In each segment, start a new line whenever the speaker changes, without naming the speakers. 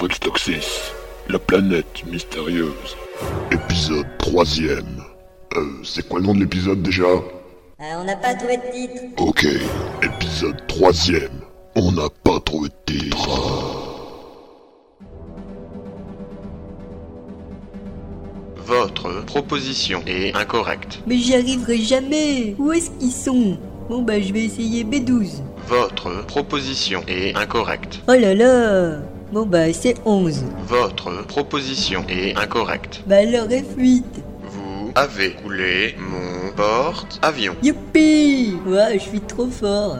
Adoprextoxis, la planète mystérieuse. Épisode 3ème. Euh, c'est quoi le nom de l'épisode déjà
Euh, on n'a pas trouvé de titre.
Ok, épisode 3ème. On n'a pas trouvé de titre.
Votre proposition est incorrecte.
Mais j'y arriverai jamais Où est-ce qu'ils sont Bon bah je vais essayer B12.
Votre proposition est incorrecte.
Oh là là Bon bah c'est 11.
Votre proposition est incorrecte.
Bah alors F8.
Vous avez coulé mon porte-avions.
Youpi Ouah, je suis trop fort.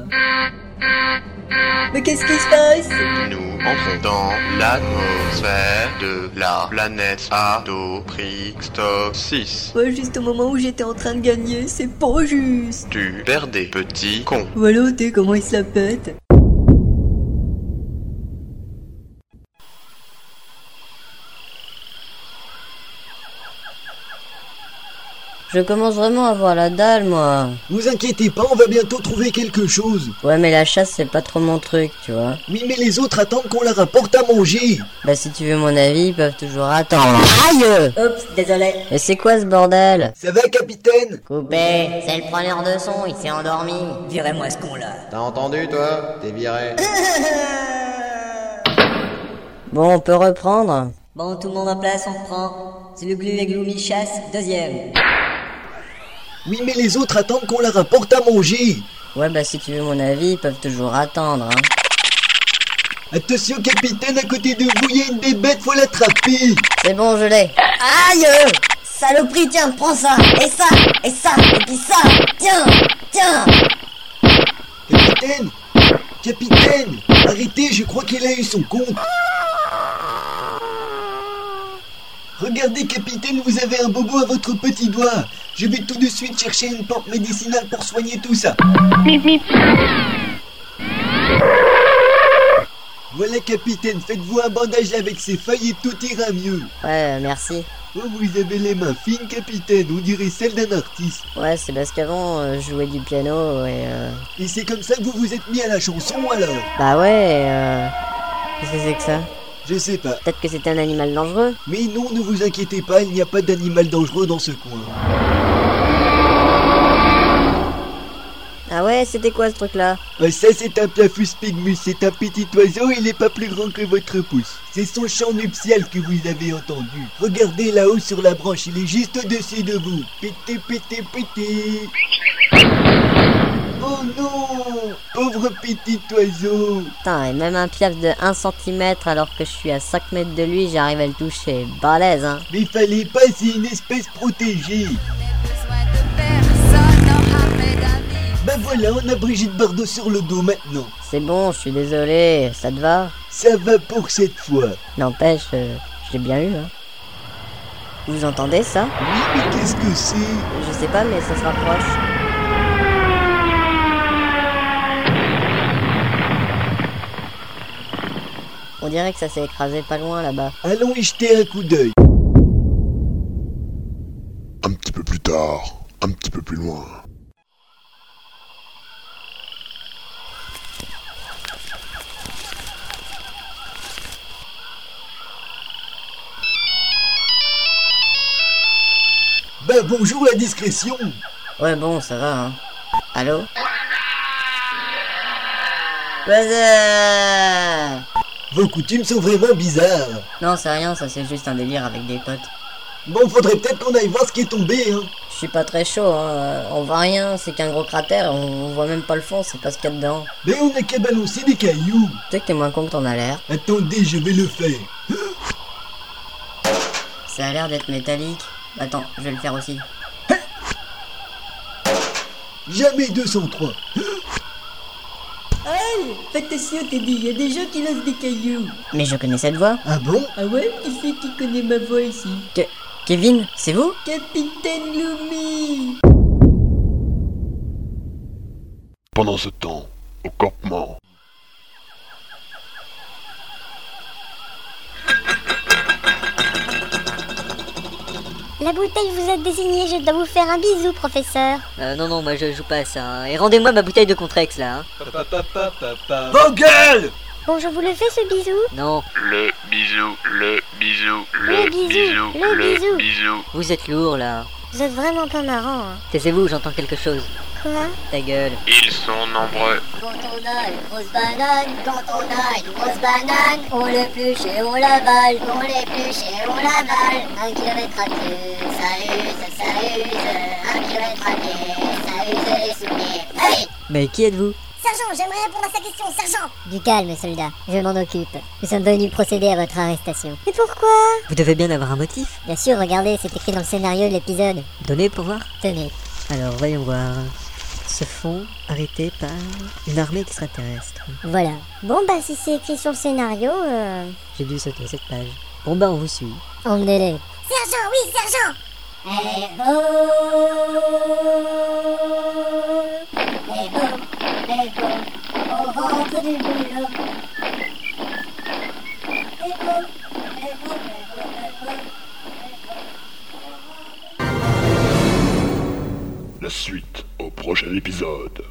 Mais qu'est-ce qui se passe
Nous entrons dans l'atmosphère de la planète Adoprixtoxis.
Ouais, juste au moment où j'étais en train de gagner, c'est pas juste.
Tu perds des petits cons.
Voilà, t'es comment il se la pète.
Je commence vraiment à avoir la dalle, moi.
Vous inquiétez pas, on va bientôt trouver quelque chose.
Ouais, mais la chasse, c'est pas trop mon truc, tu vois.
Oui, mais les autres attendent qu'on leur apporte à manger.
Bah, si tu veux mon avis, ils peuvent toujours attendre. Aïe Oups, désolé. Et c'est quoi ce bordel
Ça va, capitaine
Coupé, c'est le preneur de son, il s'est endormi. Virez-moi ce con-là.
T'as entendu, toi T'es viré.
Bon, on peut reprendre
Bon, tout le monde en place, on reprend. C'est le glu et Gloomy chasse, deuxième.
Oui, mais les autres attendent qu'on leur apporte à manger.
Ouais, bah, si tu veux mon avis, ils peuvent toujours attendre, hein.
Attention, capitaine, à côté de vous, il y a une des bêtes, faut l'attraper.
C'est bon, je l'ai.
Aïe Saloperie, tiens, prends ça, et ça, et ça, et puis ça, tiens, tiens
Capitaine Capitaine Arrêtez, je crois qu'il a eu son compte. Regardez, capitaine, vous avez un bobo à votre petit doigt. Je vais tout de suite chercher une porte médicinale pour soigner tout ça. Voilà, capitaine, faites-vous un bandage avec ces feuilles et tout ira mieux.
Ouais, merci.
Oh, vous avez les mains fines, capitaine, on dirait celles d'un artiste.
Ouais, c'est parce qu'avant, euh, je jouais du piano et... euh,
Et c'est comme ça que vous vous êtes mis à la chanson alors
Bah ouais, euh... Qu'est-ce que c'est que ça
Je sais pas.
Peut-être que c'était un animal dangereux
Mais non, ne vous inquiétez pas, il n'y a pas d'animal dangereux dans ce coin.
Ah ouais, c'était quoi ce truc-là
Euh, ça, c'est un plafus-pygmus, c'est un petit oiseau, il n'est pas plus grand que votre pouce. C'est son chant nuptial que vous avez entendu. Regardez là-haut sur la branche, il est juste au-dessus de vous. Pété, pété, pété. Oh non Pauvre petit oiseau
Putain, et même un piaf de 1 cm alors que je suis à 5 mètres de lui, j'arrive à le toucher. Balèze, hein
Mais fallait pas, c'est une espèce protégée. Ben voilà, on a Brigitte Bardot sur le dos maintenant.
C'est bon, je suis désolé, ça te va
Ça va pour cette fois.
N'empêche, euh, je l'ai bien eu, hein. Vous entendez ça
Oui, mais qu'est-ce que c'est
Je sais pas, mais ça se rapproche. On dirait que ça s'est écrasé pas loin là-bas.
Allons y jeter un coup d'œil.
Un petit peu plus tard, un petit peu plus loin.
Ben bonjour la discrétion.
Ouais, bon, ça va, hein. Allô Bazar
Vos coutumes sont vraiment bizarres.
Non, c'est rien, ça c'est juste un délire avec des potes.
Bon, faudrait peut-être qu'on aille voir ce qui est tombé, hein.
Je suis pas très chaud, hein. euh, on voit rien, c'est qu'un gros cratère, on, on voit même pas le fond, c'est pas ce qu'il y a dedans.
Mais on n'a qu'à balancer des cailloux.
Peut-être que t'es moins con que t'en as l'air.
Attendez, je vais le faire.
Ça a l'air d'être métallique. Attends, je vais le faire aussi.
Jamais 203.
Faites attention, Teddy, il y a des gens qui lancent des cailloux.
Mais je connais cette voix.
Ah bon
Ah ouais Qui c'est qui connaît ma voix ici
Ke- Kevin, c'est vous
Capitaine Gloomy
Pendant ce temps, au campement,
La bouteille vous a désignée, je dois vous faire un bisou, professeur.
Euh, non, non, moi je joue pas à ça. hein. Et rendez-moi ma bouteille de Contrex, là. hein.
Vos gueules
Bon, je vous le fais ce bisou.
Non,
Le bisou, le bisou,
Le bisou, le bisou.
bisou.
vous êtes lourd là.
Vous êtes vraiment pas marrant. Hein.
Taisez-vous, j'entends quelque chose.
Quoi
Ta gueule.
Ils sont nombreux.
Quand on a une grosse banane, quand on a une grosse banane, on l'épluche et on l'avale, on l'épluche et on l'avale. Un kilomètre à pied, ça use, ça use. Un kilomètre à pied, ça use les souliers. Allez
Mais qui êtes-vous
Sergent, j'aimerais répondre à sa question, sergent.
Du calme, soldat. Je m'en occupe. Nous sommes venus procéder à votre arrestation.
Mais pourquoi
Vous devez bien avoir un motif.
Bien sûr, regardez, c'est écrit dans le scénario de l'épisode.
Donnez pour voir.
Tenez.
Alors, voyons voir. Se font arrêtés par une armée extraterrestre.
Voilà.
Bon, bah si c'est écrit sur le scénario... euh,
J'ai dû sauter cette page. Bon bah on vous suit.
Emmenez-les.
Sergent, oui, sergent
La suite au prochain épisode.